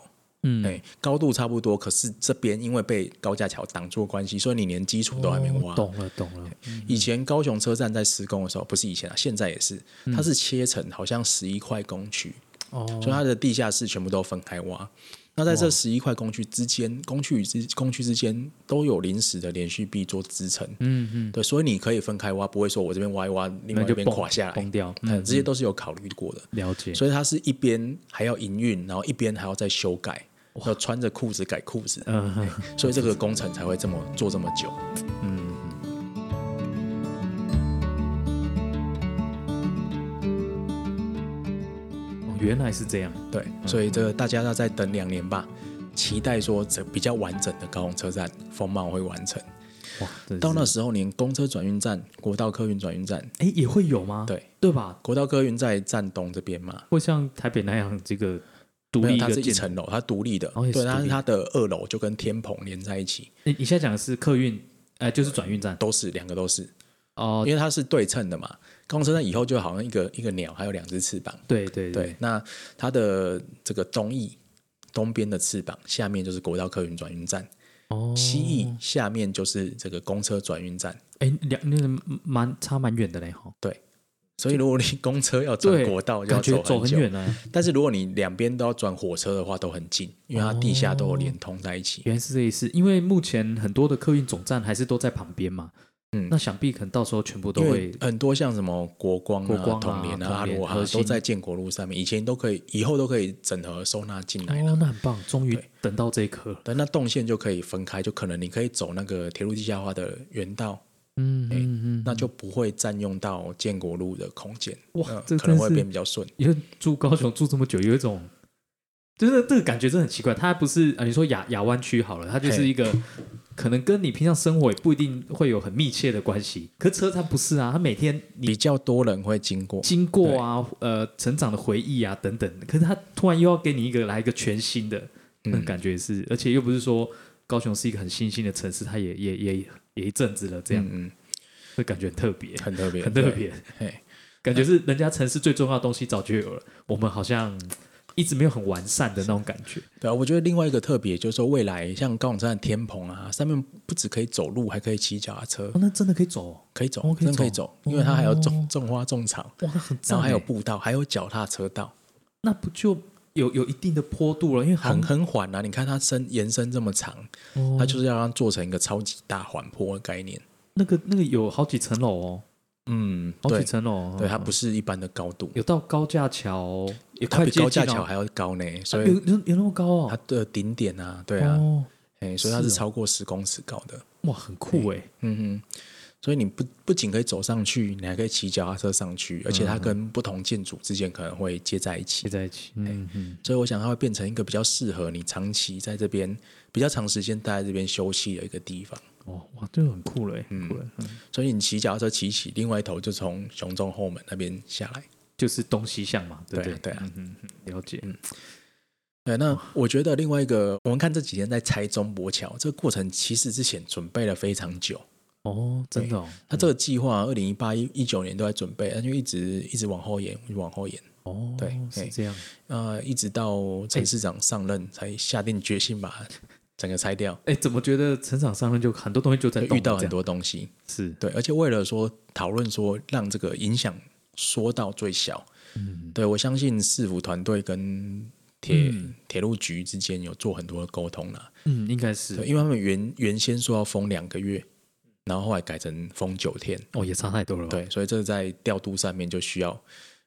Speaker 1: 哎、
Speaker 2: 嗯，
Speaker 1: 高度差不多，可是这边因为被高架桥挡住的关系，所以你连基础都还没挖。
Speaker 2: 哦懂了，懂了。
Speaker 1: 以前高雄车站在施工的时候，不是以前啊，现在也是，它是切成好像十一块工区，所以
Speaker 2: 嗯哦，
Speaker 1: 它的地下室全部都分开挖。那在这十一块工区之间，工区与之工区之间都有临时的连续壁做支撑，
Speaker 2: 嗯嗯，
Speaker 1: 对，所以你可以分开挖，不会说我这边挖一挖，另
Speaker 2: 那
Speaker 1: 外一
Speaker 2: 就
Speaker 1: 边
Speaker 2: 崩
Speaker 1: 垮下来
Speaker 2: 崩，掉，
Speaker 1: 嗯，
Speaker 2: 嗯，
Speaker 1: 这些都是有考虑过的。
Speaker 2: 了解。
Speaker 1: 所以它是一边还要营运，然后一边还要再修改，要穿着裤子改裤子，
Speaker 2: 嗯哼，
Speaker 1: 所以这个工程才会这么做这么久。
Speaker 2: 哦原来是这样。
Speaker 1: 对，所以这个大家要再等两年吧，期待说这比较完整的高雄车站风貌会完成。
Speaker 2: 哇，真是
Speaker 1: 到那时候，连公车转运站、国道客运转运站，
Speaker 2: 哎也会有吗？
Speaker 1: 对，
Speaker 2: 对吧？
Speaker 1: 国道客运在站东这边嘛，
Speaker 2: 会像台北那样这个独
Speaker 1: 没有
Speaker 2: 立一
Speaker 1: 它
Speaker 2: 个
Speaker 1: 是一
Speaker 2: 建筑？
Speaker 1: 层楼，它独立的，
Speaker 2: 哦也是
Speaker 1: 对，它
Speaker 2: 独立
Speaker 1: 它的二楼就跟天棚连在一起，
Speaker 2: 你你现在讲的是客运，哎，就是转运站
Speaker 1: 都是两个都是，
Speaker 2: 哦
Speaker 1: 因。为它是对称的嘛。高雄车站以后就好像一个一个鸟，还有两只翅膀。
Speaker 2: 对对
Speaker 1: 对，，那它的这个东翼东边的翅膀下面就是国道客运转运站，
Speaker 2: 哦，
Speaker 1: 西翼下面就是这个公车转运站。
Speaker 2: 哎，两那个蛮差蛮远的嘞哈。
Speaker 1: 所以如果你公车要转
Speaker 2: 对，
Speaker 1: 国道，哦就要
Speaker 2: 感觉
Speaker 1: 走
Speaker 2: 走
Speaker 1: 很
Speaker 2: 很
Speaker 1: 久。
Speaker 2: 远啊呢。
Speaker 1: 但是如果你两边都要转火车的话，都很近，因为它地下都有连通在一起。
Speaker 2: 原来是这意思，因为目前很多的客运总站还是都在旁边嘛。
Speaker 1: 嗯
Speaker 2: 那想必可能到时候全部都
Speaker 1: 因
Speaker 2: 会
Speaker 1: 为很多像什么国光啊、
Speaker 2: 国光啊
Speaker 1: 统联啊、
Speaker 2: 统
Speaker 1: 阿
Speaker 2: 联
Speaker 1: 罗哈
Speaker 2: 核
Speaker 1: 都
Speaker 2: 心
Speaker 1: 在建国路上面，以前都可以，以后都可以整合收纳进来了。
Speaker 2: 哦，那很棒，终于
Speaker 1: 对
Speaker 2: 等到这一刻了。
Speaker 1: 对，那动线就可以分开，就可能你可以走那个铁路地下化的原道，
Speaker 2: 嗯嗯嗯，
Speaker 1: 那就不会占用到建国路的空间，
Speaker 2: 哇
Speaker 1: 嗯
Speaker 2: 这
Speaker 1: 可能
Speaker 2: 真
Speaker 1: 会
Speaker 2: 是
Speaker 1: 变比较顺。
Speaker 2: 因为住高雄住这么久，有一种就是这个感觉真的很奇怪。它不是啊，你说亚亚湾区好了，它就是
Speaker 1: 嘿
Speaker 2: 一个可能跟你平常生活也不一定会有很密切的关系。可车站不是啊，它每天
Speaker 1: 比
Speaker 2: 你
Speaker 1: 较多人会经过，
Speaker 2: 经过啊，呃，成长的回忆啊等等，可是它突然又要给你一个来一个全新的，那
Speaker 1: 嗯，
Speaker 2: 感觉是，而且又不是说高雄是一个很新兴的城市，它也也也也一阵子了，这样
Speaker 1: 嗯
Speaker 2: 会感觉很特别
Speaker 1: 嗯，，很特别，
Speaker 2: 很特别。
Speaker 1: 对。嘿，
Speaker 2: 感觉是人家城市最重要的东西早就有了，我们好像一直没有很完善的那种感觉。
Speaker 1: 对啊，我觉得另外一个特别就是说，未来像高雄站的天棚啊，上面不只可以走路，还可以骑脚踏车
Speaker 2: 哦，，那真的可以走、哦，
Speaker 1: 可以走，
Speaker 2: 哦可以
Speaker 1: 真的可以
Speaker 2: 走
Speaker 1: 走，因为它还有种
Speaker 2: 哦
Speaker 1: 种花种草，
Speaker 2: 哇，那很
Speaker 1: 然
Speaker 2: 赞
Speaker 1: 后
Speaker 2: 欸。
Speaker 1: 还有步道，还有脚踏车道，
Speaker 2: 那不就有有一定的坡度了？因为好
Speaker 1: 很
Speaker 2: 像
Speaker 1: 很缓啊。你看它伸延伸这么长，
Speaker 2: 哦
Speaker 1: 它就是要让它做成一个超级大缓坡的概念。
Speaker 2: 那个那个有好几层楼哦，
Speaker 1: 嗯，
Speaker 2: 好几
Speaker 1: 对，
Speaker 2: 层楼、哦。
Speaker 1: 对，它不是一般的高度，
Speaker 2: 有到高架桥，也
Speaker 1: 它
Speaker 2: 快
Speaker 1: 比
Speaker 2: 接
Speaker 1: 高
Speaker 2: 近
Speaker 1: 架
Speaker 2: 哦
Speaker 1: 桥还要高呢，所
Speaker 2: 啊
Speaker 1: 以
Speaker 2: 有有有那么高哦？
Speaker 1: 它的顶点啊，对啊，
Speaker 2: 哦，
Speaker 1: 哎、所以它是
Speaker 2: 是哦
Speaker 1: 超过十公尺高的。
Speaker 2: 哇，很酷哎。
Speaker 1: 嗯哼，所以你不不仅可以走上去，你还可以骑脚踏车上去，而
Speaker 2: 嗯
Speaker 1: 且它跟不同建筑之间可能会接在一起。
Speaker 2: 接在一起，嗯嗯，
Speaker 1: 所以我想它会变成一个比较适合你长期在这边比较长时间待在这边休息的一个地方。
Speaker 2: 哦，哇，这个很酷了欸，很酷了，嗯
Speaker 1: 所以你骑脚踏车骑一骑，另外一头就从雄中后门那边下来。
Speaker 2: 就是东西向嘛，对不
Speaker 1: 对
Speaker 2: 对
Speaker 1: 啊？对啊
Speaker 2: 嗯嗯嗯，了解，
Speaker 1: 对，
Speaker 2: 哦
Speaker 1: 那我觉得另外一个，我们看这几天在拆中博桥这个过程，其实之前准备了非常久。
Speaker 2: 哦，真的哦，
Speaker 1: 他这个计划，二零一八、一一九年都在准备，但就一直一直往后延，一直往后延，
Speaker 2: 哦，
Speaker 1: 对嘿
Speaker 2: 是这样。
Speaker 1: 呃，一直到陈市长上任才下定决心把整个拆掉，
Speaker 2: 哎，怎么觉得成长上任就很多东西就在
Speaker 1: 就
Speaker 2: 动
Speaker 1: 遇到
Speaker 2: 了这
Speaker 1: 很
Speaker 2: 样
Speaker 1: 多东西，
Speaker 2: 是，
Speaker 1: 对，而且为了说讨论说让这个影响缩到最小，
Speaker 2: 嗯，
Speaker 1: 对我相信市府团队跟铁、
Speaker 2: 嗯
Speaker 1: 铁路局之间有做很多的沟通啦，
Speaker 2: 嗯，应该是
Speaker 1: 对，因为他们原原先说要封两个月，然后后来改成封九天，
Speaker 2: 哦，也差太多了吧？，
Speaker 1: 对，所以这在调度上面就需要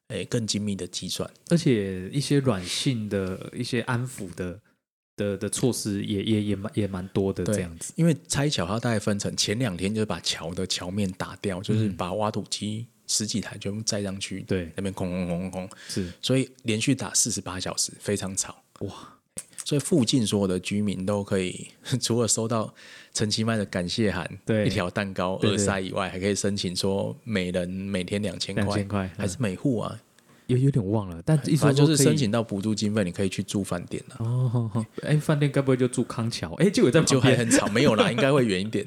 Speaker 1: 诶更精密的计算。
Speaker 2: 而且一些软性的一些安抚的的的措施也也也蛮也蛮多的
Speaker 1: 对
Speaker 2: 这样子。
Speaker 1: 因为拆桥它大概分成前两天就是把桥的桥面打掉，就是把挖土机十几台全部载上去，
Speaker 2: 嗯对，
Speaker 1: 那边轰轰轰轰轰，
Speaker 2: 是
Speaker 1: 所以连续打四十八小时，非常吵。
Speaker 2: 哇，
Speaker 1: 所以附近所有的居民都可以， 除了收到陈其迈的感谢函，
Speaker 2: 对
Speaker 1: 一条蛋糕、
Speaker 2: 对对
Speaker 1: 二塞以外，还可以申请说每人每天两千
Speaker 2: 两
Speaker 1: 块
Speaker 2: 千，块嗯
Speaker 1: 还是每户啊，
Speaker 2: 有有点忘了，但意思
Speaker 1: 反正就
Speaker 2: 说
Speaker 1: 是
Speaker 2: 可
Speaker 1: 申
Speaker 2: 以
Speaker 1: 请到补助经费，你可以去住饭店啊。
Speaker 2: 哦，好好哎，饭店该不会就住康桥？哎，结果在
Speaker 1: 就
Speaker 2: 旁
Speaker 1: 还
Speaker 2: 边，
Speaker 1: 很吵，没有啦，应该会远一点。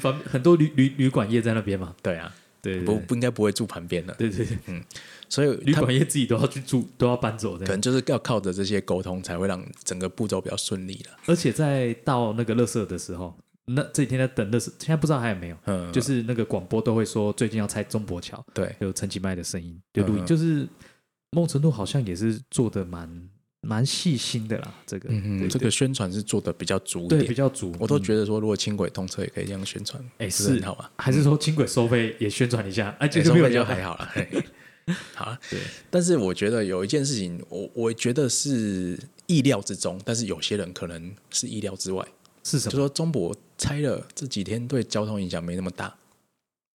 Speaker 2: 很很多旅旅旅馆业在那边嘛。
Speaker 1: 对啊，
Speaker 2: 对，
Speaker 1: 不
Speaker 2: 对
Speaker 1: 不应该不会住旁边的，
Speaker 2: 对对对，
Speaker 1: 所以
Speaker 2: 旅
Speaker 1: 他
Speaker 2: 馆业自己都要去住，都要搬走这
Speaker 1: 可
Speaker 2: 样。
Speaker 1: 能就是要靠着这些沟通，才会让整个步骤比较顺利了。
Speaker 2: 而且在到那个乐色的时候，那这几天在等乐色，现在不知道还有没有，
Speaker 1: 嗯，
Speaker 2: 就是那个广播都会说最近要拆中博桥，
Speaker 1: 对，
Speaker 2: 有陈其迈的声音，就录
Speaker 1: 嗯
Speaker 2: 音，
Speaker 1: 嗯
Speaker 2: 就是某种程度好像也是做的蛮蛮细心的啦。这个，
Speaker 1: 嗯
Speaker 2: 对
Speaker 1: 嗯，这个宣传是做的比较足一
Speaker 2: 对比
Speaker 1: 点。
Speaker 2: 较足，
Speaker 1: 我都
Speaker 2: 嗯
Speaker 1: 觉得说，如果轻轨通车也可以这样宣传，
Speaker 2: 哎
Speaker 1: 不
Speaker 2: 是
Speaker 1: 很好啊吗？
Speaker 2: 还是说轻轨收费也宣传一下，哎，
Speaker 1: 这
Speaker 2: 这
Speaker 1: 收
Speaker 2: 个没有
Speaker 1: 费就
Speaker 2: 聊
Speaker 1: 还好 了。嘿好啊
Speaker 2: 对，
Speaker 1: 但是我觉得有一件事情，我我觉得是意料之中，但是有些人可能是意料之外。
Speaker 2: 是什
Speaker 1: 就
Speaker 2: 么？
Speaker 1: 说中博拆了这几天对交通影响没那么大，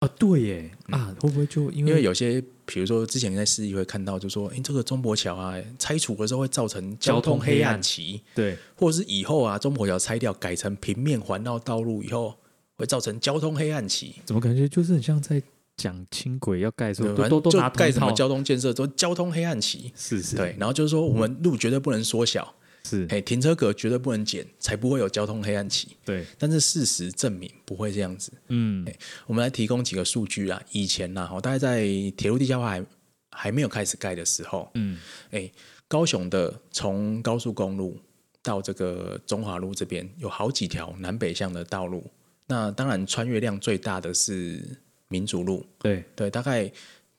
Speaker 2: 啊，对耶，啊，会不会就
Speaker 1: 嗯
Speaker 2: 因
Speaker 1: 因
Speaker 2: 为
Speaker 1: 为有些，比如说之前在市议会看到，就说，哎，这个中博桥啊，拆除的时候会造成
Speaker 2: 交
Speaker 1: 交
Speaker 2: 通
Speaker 1: 通
Speaker 2: 黑
Speaker 1: 黑
Speaker 2: 暗
Speaker 1: 暗期，
Speaker 2: 对
Speaker 1: 或者是以后啊，中博桥拆掉改成平面环绕道路以后，会造成交通黑暗期。
Speaker 2: 怎么感觉就是很像在讲轻轨要盖的时候，
Speaker 1: 反
Speaker 2: 都
Speaker 1: 正就
Speaker 2: 都都拿
Speaker 1: 盖什么
Speaker 2: 同一套
Speaker 1: 交通建设都交通黑暗期。
Speaker 2: 是是，
Speaker 1: 对，然后就是说我们路绝对不能缩小，
Speaker 2: 是，
Speaker 1: 哎，停车格绝对不能减，才不会有交通黑暗期。
Speaker 2: 对，
Speaker 1: 但是事实证明不会这样子。
Speaker 2: 嗯，
Speaker 1: 我们来提供几个数据啊，以前呐、啊，大概在铁路地下化还还没有开始盖的时候，
Speaker 2: 嗯，
Speaker 1: 哎，高雄的从高速公路到这个中华路这边有好几条南北向的道路。那当然，穿越量最大的是民族路，
Speaker 2: 对，
Speaker 1: 对，大概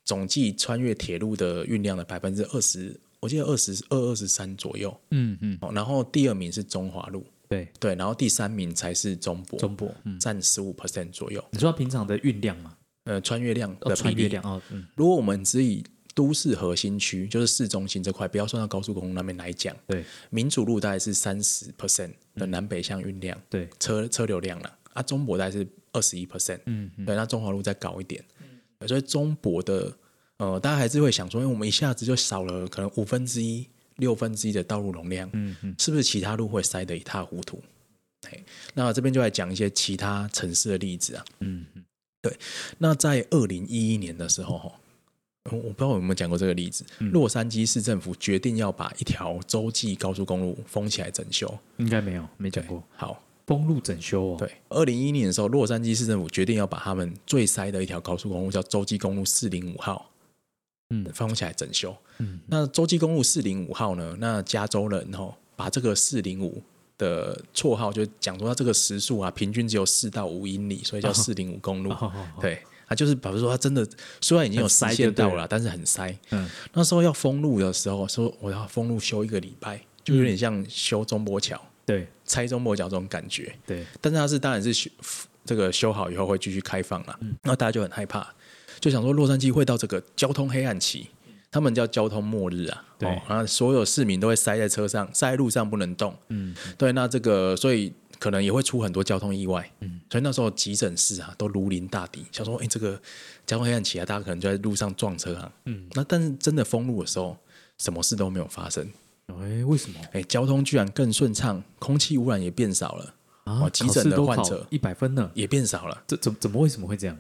Speaker 1: 总计穿越铁路的运量的百分之二十，我记得二十二、二十三左右。
Speaker 2: 嗯嗯，
Speaker 1: 哦，然后第二名是中华路，
Speaker 2: 对，
Speaker 1: 对，然后第三名才是中博，
Speaker 2: 中博，嗯，
Speaker 1: 占十五 percent 左右。
Speaker 2: 你说它平常的运量嘛，
Speaker 1: 呃，穿越量
Speaker 2: 哦，
Speaker 1: 的
Speaker 2: 穿
Speaker 1: 比
Speaker 2: 越
Speaker 1: 例
Speaker 2: 量哦，嗯，
Speaker 1: 如果我们只以都市核心区，就是市中心这块，不要算到高速公路那边来讲，
Speaker 2: 对
Speaker 1: 民主路大概是三十 percent 的南北向运量、
Speaker 2: 对，
Speaker 1: 车车流量了，啊，中博大概是二十一 percent，
Speaker 2: 嗯嗯，
Speaker 1: 对，那中华路再高一点，所以中博的呃，大家还是会想说，因为我们一下子就少了可能五分之一、六分之一的道路容量，
Speaker 2: 嗯嗯，
Speaker 1: 是不是其他路会塞得一塌糊涂？嘿那这边就来讲一些其他城市的例子啊，
Speaker 2: 嗯嗯，
Speaker 1: 那在二零一一年的时候，哈，我我不知道有没有讲过这个例子。
Speaker 2: 嗯
Speaker 1: 洛杉矶市政府决定要把一条洲际高速公路封起来整修。
Speaker 2: 应该没有，没讲过
Speaker 1: 好，
Speaker 2: 公路整修哦，
Speaker 1: 对，二零一一年的时候，洛杉矶市政府决定要把他们最塞的一条高速公路叫洲际公路四零五号
Speaker 2: 嗯
Speaker 1: 封起来整修。
Speaker 2: 嗯，
Speaker 1: 那洲际公路四零五号呢？那加州人哈、把这个四零五的绰号就讲说，它这个时速啊，平均只有四到五英里，所以叫四零五公路。
Speaker 2: 哦好好好
Speaker 1: 嗯对，他就是，比如说他真的虽然已经有
Speaker 2: 很塞
Speaker 1: 实
Speaker 2: 就
Speaker 1: 现
Speaker 2: 对
Speaker 1: 到
Speaker 2: 了
Speaker 1: 了，但是很塞。
Speaker 2: 嗯，
Speaker 1: 那时候要封路的时候，说我要封路修一个礼拜，就有
Speaker 2: 嗯
Speaker 1: 点像修中波桥、
Speaker 2: 对
Speaker 1: 拆中波桥这种感觉。
Speaker 2: 对，
Speaker 1: 但是它是当然是修这个修好以后会继续开放了，
Speaker 2: 嗯
Speaker 1: 那大家就很害怕，就想说洛杉矶会到这个交通黑暗期，他们叫交通末日啊。
Speaker 2: 对
Speaker 1: 哦，然后所有市民都会塞在车上，塞在路上不能动。
Speaker 2: 嗯，
Speaker 1: 对，那这个所以可能也会出很多交通意外。
Speaker 2: 嗯
Speaker 1: 嗯，所以那时候急诊室啊都如临大敌，想说，哎、这个交通黑暗期啊，大家可能就在路上撞车啊。
Speaker 2: 嗯
Speaker 1: 嗯，那但是真的封路的时候，什么事都没有发生。
Speaker 2: 哎，为什么
Speaker 1: 哎、交通居然更顺畅，空气污染也变少了，
Speaker 2: 啊？
Speaker 1: 哦急诊的患者
Speaker 2: 一百分呢？
Speaker 1: 也变少了。
Speaker 2: 这怎怎么为什么会这样？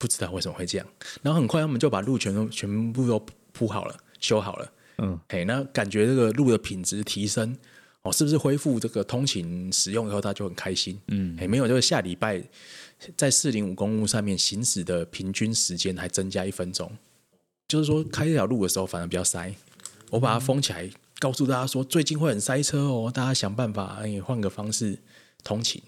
Speaker 1: 不知道为什么会这样，然后很快他们就把路全都全部都铺好了、修好了，
Speaker 2: 嗯，
Speaker 1: 哎，那感觉这个路的品质提升，哦，是不是恢复这个通勤使用以后，大家就很开心？
Speaker 2: 嗯，
Speaker 1: 哎，没有，就是下礼拜在四零五公路上面行驶的平均时间还增加一分钟，就是说开这条路的时候反而比较塞。我把它封起来，告诉大家说最近会很塞车哦，大家想办法，哎，换个方式通勤。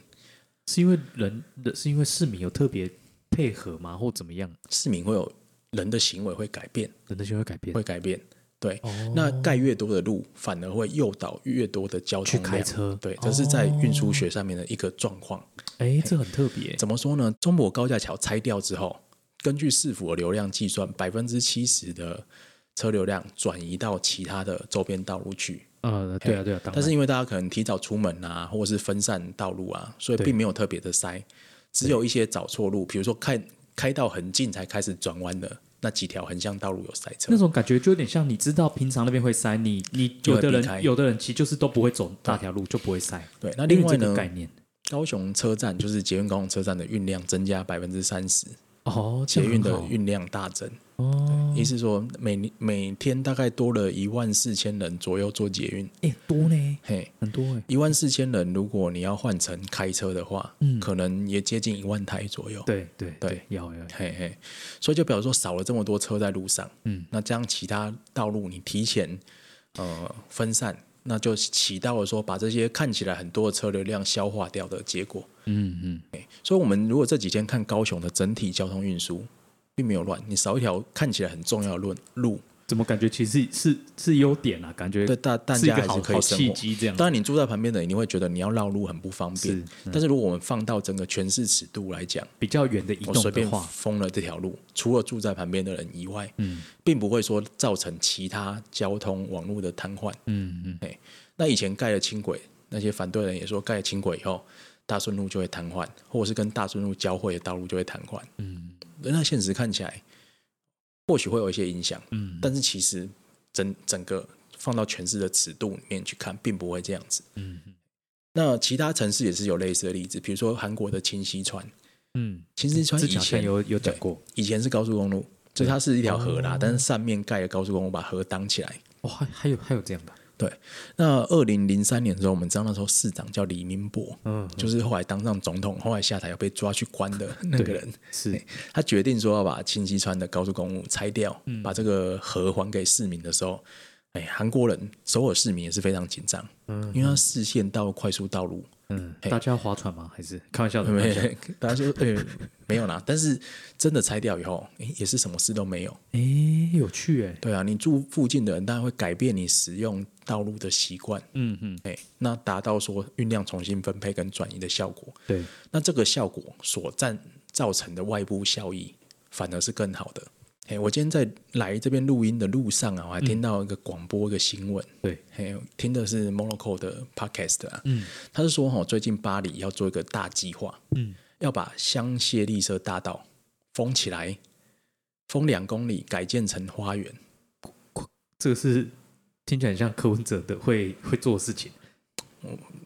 Speaker 2: 是因为人人是因为市民有特别配合吗，或怎么样？
Speaker 1: 市民会有人的行为会改变，
Speaker 2: 人的行为改变
Speaker 1: 会改变。对，
Speaker 2: 哦
Speaker 1: 那盖越多的路，反而会诱导越多的交
Speaker 2: 去
Speaker 1: 通
Speaker 2: 开
Speaker 1: 量。
Speaker 2: 车，
Speaker 1: 对，这是在运输学上面的一个状况。
Speaker 2: 哎，这很特别，
Speaker 1: 怎么说呢？中国高架桥拆掉之后，根据市府的流量计算，百分之七十的车流量转移到其他的周边道路去，
Speaker 2: 呃，对啊，对啊，当然
Speaker 1: 但是因为大家可能提早出门啊，或者是分散道路啊，所以
Speaker 2: 对
Speaker 1: 并没有特别的塞，只有一些找错路，比如说看开到很近才开始转弯的那几条横向道路有塞车
Speaker 2: 那。种感觉就有点像你知道平常那边会塞，你你
Speaker 1: 就
Speaker 2: 有
Speaker 1: 会
Speaker 2: 的
Speaker 1: 避开
Speaker 2: 人有的人其实就是都不会走大条路，就不会塞。
Speaker 1: 对，那另外
Speaker 2: 因为这
Speaker 1: 呢
Speaker 2: 个，概念
Speaker 1: 高雄车站就是捷运高雄车站的运量增加百分之三十，
Speaker 2: 哦，这
Speaker 1: 捷
Speaker 2: 样
Speaker 1: 运的
Speaker 2: 很好
Speaker 1: 运量大增，
Speaker 2: 哦，
Speaker 1: 意思说每年每天大概多了一万四千人左右做捷运，
Speaker 2: 哎、多呢，
Speaker 1: 嘿。
Speaker 2: 很多哎、
Speaker 1: 一万四千人，如果你要换成开车的话，
Speaker 2: 嗯
Speaker 1: 可能也接近一万台左右。
Speaker 2: 对对
Speaker 1: 对，嗯
Speaker 2: 要要，
Speaker 1: 嘿嘿，所以就表示说少了这么多车在路上，
Speaker 2: 嗯，
Speaker 1: 那这样其他道路你提前呃分散，那就起到了说把这些看起来很多的车流量消化掉的结果。
Speaker 2: 嗯嗯，
Speaker 1: 所以，我们如果这几天看高雄的整体交通运输，并没有乱，你少一条看起来很重要的路路，
Speaker 2: 怎么感觉其实是是优点啊？感觉
Speaker 1: 对大大
Speaker 2: 是一
Speaker 1: 家还
Speaker 2: 个
Speaker 1: 是
Speaker 2: 好
Speaker 1: 可以
Speaker 2: 好
Speaker 1: 生
Speaker 2: 契
Speaker 1: 活。
Speaker 2: 机这样。
Speaker 1: 当然，你住在旁边的人，你会觉得你要绕路很不方便。
Speaker 2: 嗯是嗯
Speaker 1: 但是如果我们放到整个全市尺度来讲，
Speaker 2: 比较远的移
Speaker 1: 我
Speaker 2: 动
Speaker 1: 随
Speaker 2: 的
Speaker 1: 便
Speaker 2: 话，
Speaker 1: 封了这条路，除了住在旁边的人以外，
Speaker 2: 嗯
Speaker 1: 并不会说造成其他交通网络的瘫痪。
Speaker 2: 嗯嗯，
Speaker 1: 那以前盖了轻轨，那些反对人也说盖了轻轨以后，大顺路就会瘫痪，或者是跟大顺路交汇的道路就会瘫痪。
Speaker 2: 嗯
Speaker 1: 那现实看起来，或许会有一些影响，
Speaker 2: 嗯，
Speaker 1: 但是其实整整个放到全市的尺度里面去看，并不会这样子。
Speaker 2: 嗯
Speaker 1: 那其他城市也是有类似的例子，比如说韩国的清溪川，
Speaker 2: 嗯，
Speaker 1: 清溪川
Speaker 2: 之
Speaker 1: 以
Speaker 2: 前好像
Speaker 1: 前
Speaker 2: 有有讲
Speaker 1: 对
Speaker 2: 过，
Speaker 1: 以前是高速公路，就它是一条河啦，
Speaker 2: 哦
Speaker 1: 但是上面盖了高速公路，把河挡起来。
Speaker 2: 哦，还还有还有这样的，
Speaker 1: 对，那二零零三年的时候，我们知道那时候市长叫李明博，
Speaker 2: 嗯，
Speaker 1: 就是后来当上总统，后来下台要被抓去关的那个人，
Speaker 2: 是
Speaker 1: 他决定说要把清溪川的高速公路拆掉，
Speaker 2: 嗯
Speaker 1: 把这个河还给市民的时候，哎，韩国人首尔市民也是非常紧张，
Speaker 2: 嗯
Speaker 1: 因为他视线到快速道路，
Speaker 2: 嗯，大家要划船吗？还是开玩笑的？开玩笑的
Speaker 1: 没， 大家说呃没有啦，但是真的拆掉以后，哎也是什么事都没有。
Speaker 2: 哎、有趣哎、
Speaker 1: 对啊，你住附近的人，当然会改变你使用道路的习惯，
Speaker 2: 嗯嗯，
Speaker 1: 哎，那达到说运量重新分配跟转移的效果。
Speaker 2: 对，
Speaker 1: 那这个效果所占造成的外部效益，反而是更好的。哎，我今天在来这边录音的路上啊，我还听到一个广播一个新闻，
Speaker 2: 对，
Speaker 1: 嘿，听的是 Monaco 的 podcast 啊，
Speaker 2: 嗯，
Speaker 1: 他是说哈、最近巴黎要做一个大计划，
Speaker 2: 嗯，
Speaker 1: 要把香榭丽舍大道封起来，封两公里，改建成花园。
Speaker 2: 这个是听起来很像柯文哲的会会做的事情。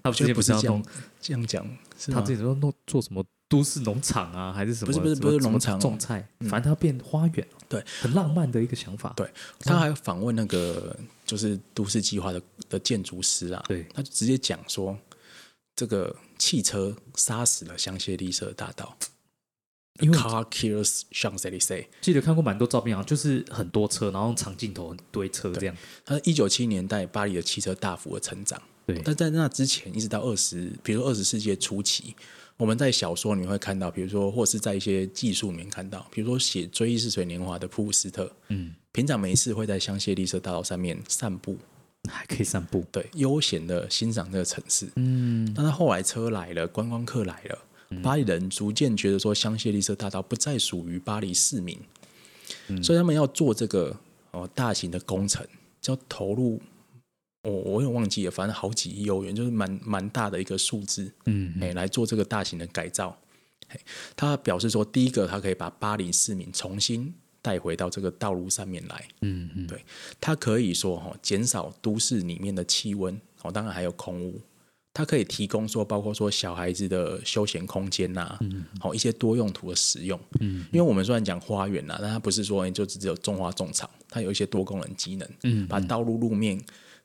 Speaker 2: 他
Speaker 1: 我觉得
Speaker 2: 之前
Speaker 1: 不
Speaker 2: 不是
Speaker 1: 是
Speaker 2: 要
Speaker 1: 这
Speaker 2: 弄
Speaker 1: 样，这样讲，是
Speaker 2: 他
Speaker 1: 吗
Speaker 2: 之？前说弄做什么都市农场啊，还是什么？
Speaker 1: 不是不是不
Speaker 2: 什么
Speaker 1: 是农场
Speaker 2: 什么种菜，
Speaker 1: 嗯
Speaker 2: 反正他变花园，
Speaker 1: 对，
Speaker 2: 很浪漫的一个想法。
Speaker 1: 对，他还访问那个就是都市计划的的建筑师啊，
Speaker 2: 对
Speaker 1: 他就直接讲说，这个汽车杀死了香榭丽舍大道
Speaker 2: 因为我
Speaker 1: ，car kills Champs Elysees。
Speaker 2: 记得看过蛮多照片啊，就是很多车，然后长镜头，很堆车这样。
Speaker 1: 他一九七年代巴黎的汽车大幅的成长，
Speaker 2: 对，
Speaker 1: 但在那之前一直到二十，比如二十世纪初期，我们在小说里面会看到，比如说或是在一些技术里面看到，比如说写《追忆似水年华》的普鲁斯特，
Speaker 2: 嗯，
Speaker 1: 平常没事会在香榭丽舍大道上面散步，
Speaker 2: 还可以散步。
Speaker 1: 对，悠闲的欣赏这个城市。
Speaker 2: 嗯，
Speaker 1: 但是后来车来了，观光客来了，巴黎人逐渐觉得说香榭丽舍大道不再属于巴黎市民，
Speaker 2: 嗯
Speaker 1: 所以他们要做这个哦大型的工程，就要投入。我、我有点忘记了，反正好几亿欧元，就是蛮蛮大的一个数字，
Speaker 2: 嗯，
Speaker 1: 哎、来做这个大型的改造。嘿他表示说，第一个，他可以把巴黎市民重新带回到这个道路上面来，
Speaker 2: 嗯嗯，
Speaker 1: 对，它可以说哈、减少都市里面的气温，哦，当然还有空污，它可以提供说包括说小孩子的休闲空间呐、
Speaker 2: 嗯
Speaker 1: 好、一些多用途的使用，嗯，因为我们虽然讲花园呐、但它不是说哎就只有种花种草，它有一些多功能机能，
Speaker 2: 嗯，
Speaker 1: 把道路路面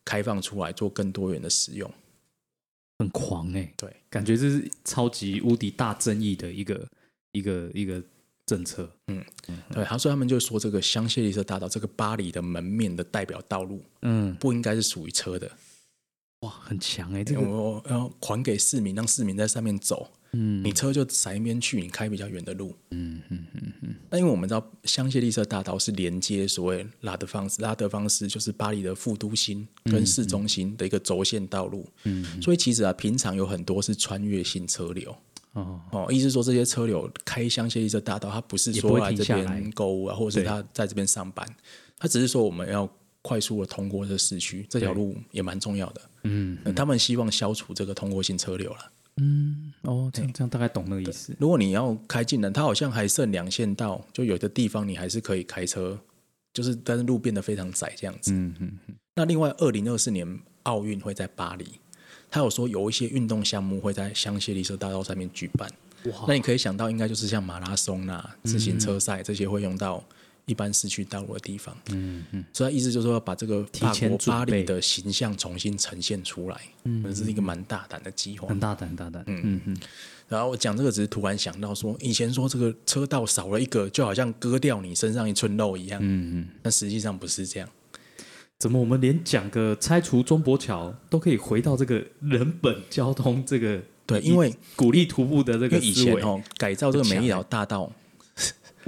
Speaker 1: 开放出来做更多元的使用，
Speaker 2: 很狂哎、
Speaker 1: 对，
Speaker 2: 感觉这是超级无敌大争议的一个一个一个政策。嗯
Speaker 1: 对，他说他们就说这个香榭丽舍大道这个巴黎的门面的代表道路
Speaker 2: 嗯，
Speaker 1: 不应该是属于车的，
Speaker 2: 哇，很强哎、这个
Speaker 1: 我我要还给市民，让市民在上面走。
Speaker 2: 嗯
Speaker 1: 你车就塞一边去，你开比较远的路。
Speaker 2: 嗯嗯嗯嗯，
Speaker 1: 那因为我们知道香榭丽舍大道是连接所谓拉德芳斯，拉德芳斯就是巴黎的副都心跟市中心的一个轴线道路。嗯，所以其实啊，平常有很多是穿越性车流。
Speaker 2: 哦，
Speaker 1: 哦，意思说这些车流开香榭丽舍大道，它不是
Speaker 2: 也不
Speaker 1: 说
Speaker 2: 会
Speaker 1: 来
Speaker 2: 停
Speaker 1: 这
Speaker 2: 下来
Speaker 1: 边购物啊，或者是
Speaker 2: 对
Speaker 1: 他在这边上班，他只是说我们要快速的通过这市区，这条路也蛮重要的。
Speaker 2: 嗯
Speaker 1: 呃他们希望消除这个通过性车流了。
Speaker 2: 嗯，哦，这样这样大概懂那个意思。
Speaker 1: 如果你要开进来，它好像还剩两线道，就有的地方你还是可以开车，就是但是路变得非常窄这样子。
Speaker 2: 嗯嗯嗯
Speaker 1: 那另外，二零二四年奥运会在巴黎，他有说有一些运动项目会在香榭丽舍大道上面举办。
Speaker 2: 哇嗯
Speaker 1: 那你可以想到，应该就是像马拉松啦、自行车赛、这些会用到一般市区道路的地方。
Speaker 2: 嗯嗯，
Speaker 1: 所以他意思就是说，要把这个
Speaker 2: 提
Speaker 1: 法
Speaker 2: 前
Speaker 1: 国
Speaker 2: 准
Speaker 1: 巴
Speaker 2: 备
Speaker 1: 黎的形象重新呈现出来，嗯，这是一个蛮大胆的计划
Speaker 2: 很。大胆，很大胆。嗯嗯
Speaker 1: 然后我讲这个只是突然想到说，以前说这个车道少了一个，就好像割掉你身上一寸肉一样，
Speaker 2: 嗯嗯，
Speaker 1: 但实际上不是这样。
Speaker 2: 怎么我们连讲个拆除中博桥都可以回到这个人本交通这个
Speaker 1: 对，因为
Speaker 2: 鼓励徒步的这
Speaker 1: 因
Speaker 2: 个
Speaker 1: 为以
Speaker 2: 思
Speaker 1: 前
Speaker 2: 维？
Speaker 1: 哦，改造这个每一条大道，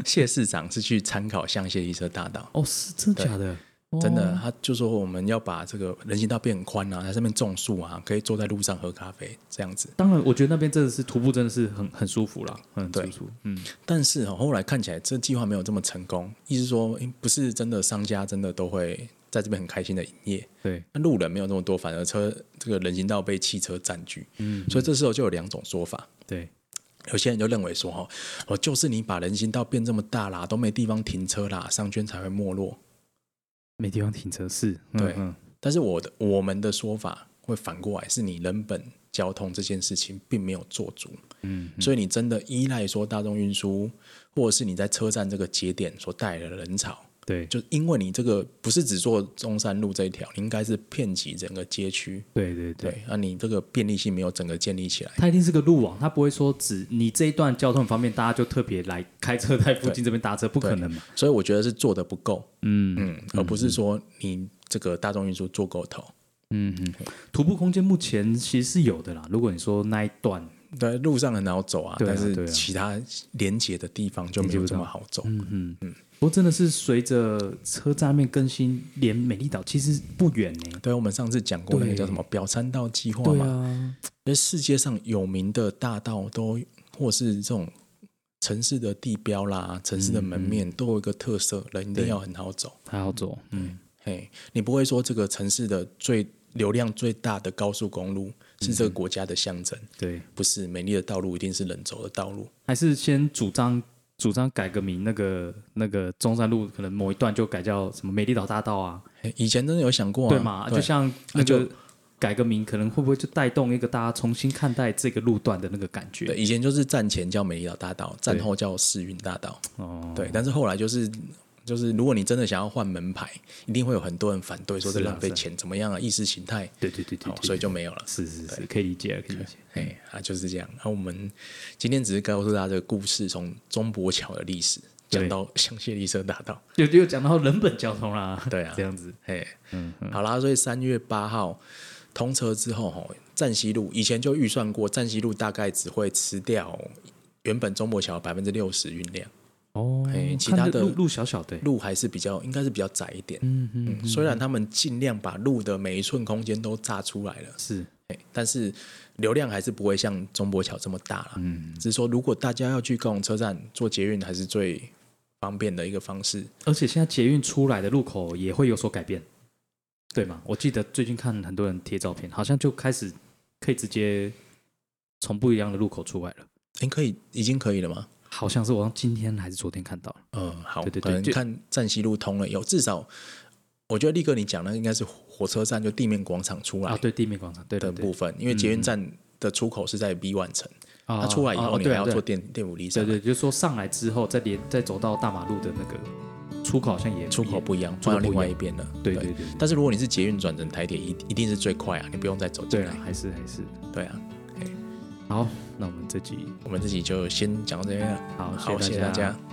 Speaker 1: 谢市长是去参考香榭丽舍大道，
Speaker 2: 哦，是真的假的？哦
Speaker 1: 真的，他就说我们要把这个人行道变很宽啊，在上面种树啊，可以坐在路上喝咖啡这样子。
Speaker 2: 当然，我觉得那边真的是徒步，真的是很很舒服啦，很
Speaker 1: 对
Speaker 2: 舒服。嗯，
Speaker 1: 但是、哦、后来看起来这计划没有这么成功，意思说，诶不是真的商家真的都会在这边很开心的营业。
Speaker 2: 对，
Speaker 1: 那路人没有那么多，反而车这个人行道被汽车占据，
Speaker 2: 嗯，
Speaker 1: 所以这时候就有两种说法。
Speaker 2: 对，
Speaker 1: 有些人就认为说，哦，哦，就是你把人行道变这么大啦，都没地方停车啦，商圈才会没落。
Speaker 2: 没地方停车是，嗯
Speaker 1: 对
Speaker 2: 嗯
Speaker 1: 但是我的我们的说法会反过来，是你人本交通这件事情并没有做足，
Speaker 2: 嗯，
Speaker 1: 所以你真的依赖说大众运输，或者是你在车站这个节点所带来的人潮，
Speaker 2: 对，
Speaker 1: 就因为你这个不是只做中山路这一条，你应该是遍及整个街区，
Speaker 2: 对对对。
Speaker 1: 对，那、你这个便利性没有整个建立起来。
Speaker 2: 它一定是个路网，它不会说只你这一段交通方面，大家就特别来开车在附近这边搭车，不可能嘛。
Speaker 1: 所以我觉得是做的不够，
Speaker 2: 嗯
Speaker 1: 嗯，而不是说你这个大众运输做够头。
Speaker 2: 嗯嗯，徒步空间目前其实是有的啦。如果你说那一段，
Speaker 1: 对，路上很好走啊，
Speaker 2: 对啊
Speaker 1: 但
Speaker 2: 对啊
Speaker 1: 是其他连接的地方就没有这么好走。
Speaker 2: 嗯嗯嗯，不过真的是随着车站面更新，连美丽岛其实不远呢。
Speaker 1: 对，我们上次讲过那个叫什么表参道计划
Speaker 2: 对
Speaker 1: 嘛，
Speaker 2: 啊，
Speaker 1: 那、世界上有名的大道都或是这种城市的地标啦、城市的
Speaker 2: 嗯
Speaker 1: 门面、都有一个特色，人一定要很好走。
Speaker 2: 还好走。嗯，
Speaker 1: 嘿，你不会说这个城市的最流量最大的高速公路是
Speaker 2: 嗯
Speaker 1: 这个国家的象征，
Speaker 2: 对，
Speaker 1: 不是美丽的道路一定是人走的道路。
Speaker 2: 还是先主张主张改个名，那个那个中山路可能某一段就改叫什么美丽岛大道啊，
Speaker 1: 嘿以前真的有想过、啊，
Speaker 2: 对嘛？就像那
Speaker 1: 那就
Speaker 2: 个改个名，可能会不会就带动一个大家重新看待这个路段的那个感
Speaker 1: 对，
Speaker 2: 觉？
Speaker 1: 以前就是站前叫美丽岛大道，站后叫世运大道。
Speaker 2: 哦，
Speaker 1: 对，但是后来就是就是，如果你真的想要换门牌，一定会有很多人反对，说
Speaker 2: 是啊
Speaker 1: 这浪费
Speaker 2: 是啊
Speaker 1: 钱，怎么样啊？意识形态，
Speaker 2: 对对对对
Speaker 1: 哦，
Speaker 2: 对，
Speaker 1: 所以就没有了。
Speaker 2: 是是是，可以理解，可以理解。
Speaker 1: 哎，啊，就是这样。然后我们今天只是告诉大家这个故事，从中国桥的历史
Speaker 2: 对
Speaker 1: 讲到香榭丽舍大道。
Speaker 2: 就就讲到人本交通啦，
Speaker 1: 对啊
Speaker 2: 这样子，
Speaker 1: 哎，
Speaker 2: 嗯，
Speaker 1: 好啦，所以三月八号通车之后，吼，站西路以前就预算过，站西路大概只会吃掉原本中国桥百分之六十运量。
Speaker 2: 哦
Speaker 1: 哎其
Speaker 2: 看
Speaker 1: 他
Speaker 2: 这
Speaker 1: 的
Speaker 2: 路路小小的，
Speaker 1: 路还是比较应该是比较窄一点。
Speaker 2: 嗯嗯，
Speaker 1: 虽然他们尽量把路的每一寸空间都炸出来了，
Speaker 2: 是，
Speaker 1: 哎但是流量还是不会像中博桥这么大了。
Speaker 2: 嗯，
Speaker 1: 只是说如果大家要去高雄车站坐捷运，还是最方便的一个方式。
Speaker 2: 而且现在捷运出来的路口也会有所改变，对吗？我记得最近看很多人贴照片，好像就开始可以直接从不一样的路口出来了，
Speaker 1: 哎，可以，已经可以了吗？
Speaker 2: 好像是我今天还是昨天看到了，
Speaker 1: 嗯，好，
Speaker 2: 哦对对对
Speaker 1: 可能
Speaker 2: 就
Speaker 1: 看站西路通了，有至少，我觉得力哥你讲那个应该是火车站就地面广场出
Speaker 2: 啊，
Speaker 1: 来
Speaker 2: 对，地面广场，对对
Speaker 1: 的
Speaker 2: 对
Speaker 1: 部，分，因为捷运站的出口是在 B 万城，
Speaker 2: 啊
Speaker 1: 它出来以
Speaker 2: 啊
Speaker 1: 后
Speaker 2: 啊
Speaker 1: 你
Speaker 2: 对
Speaker 1: 还
Speaker 2: 啊
Speaker 1: 要
Speaker 2: 对啊
Speaker 1: 坐电电扶梯
Speaker 2: 对
Speaker 1: 上来，
Speaker 2: 对，就是说上来之后再连再走到大马路的那个出口，好像也
Speaker 1: 出口不一样，
Speaker 2: 出口
Speaker 1: 换到
Speaker 2: 不一
Speaker 1: 另外
Speaker 2: 样
Speaker 1: 一边了。
Speaker 2: 对对对
Speaker 1: 但是如果你是捷运转成台铁，一一定是最快啊，你不用再走进
Speaker 2: 对了，
Speaker 1: 来。
Speaker 2: 还是还是
Speaker 1: 对啊，
Speaker 2: 好，那我们这集
Speaker 1: 我们自己就先讲到这边了。
Speaker 2: 好，
Speaker 1: 好，谢
Speaker 2: 谢
Speaker 1: 谢
Speaker 2: 大
Speaker 1: 大
Speaker 2: 家
Speaker 1: 家。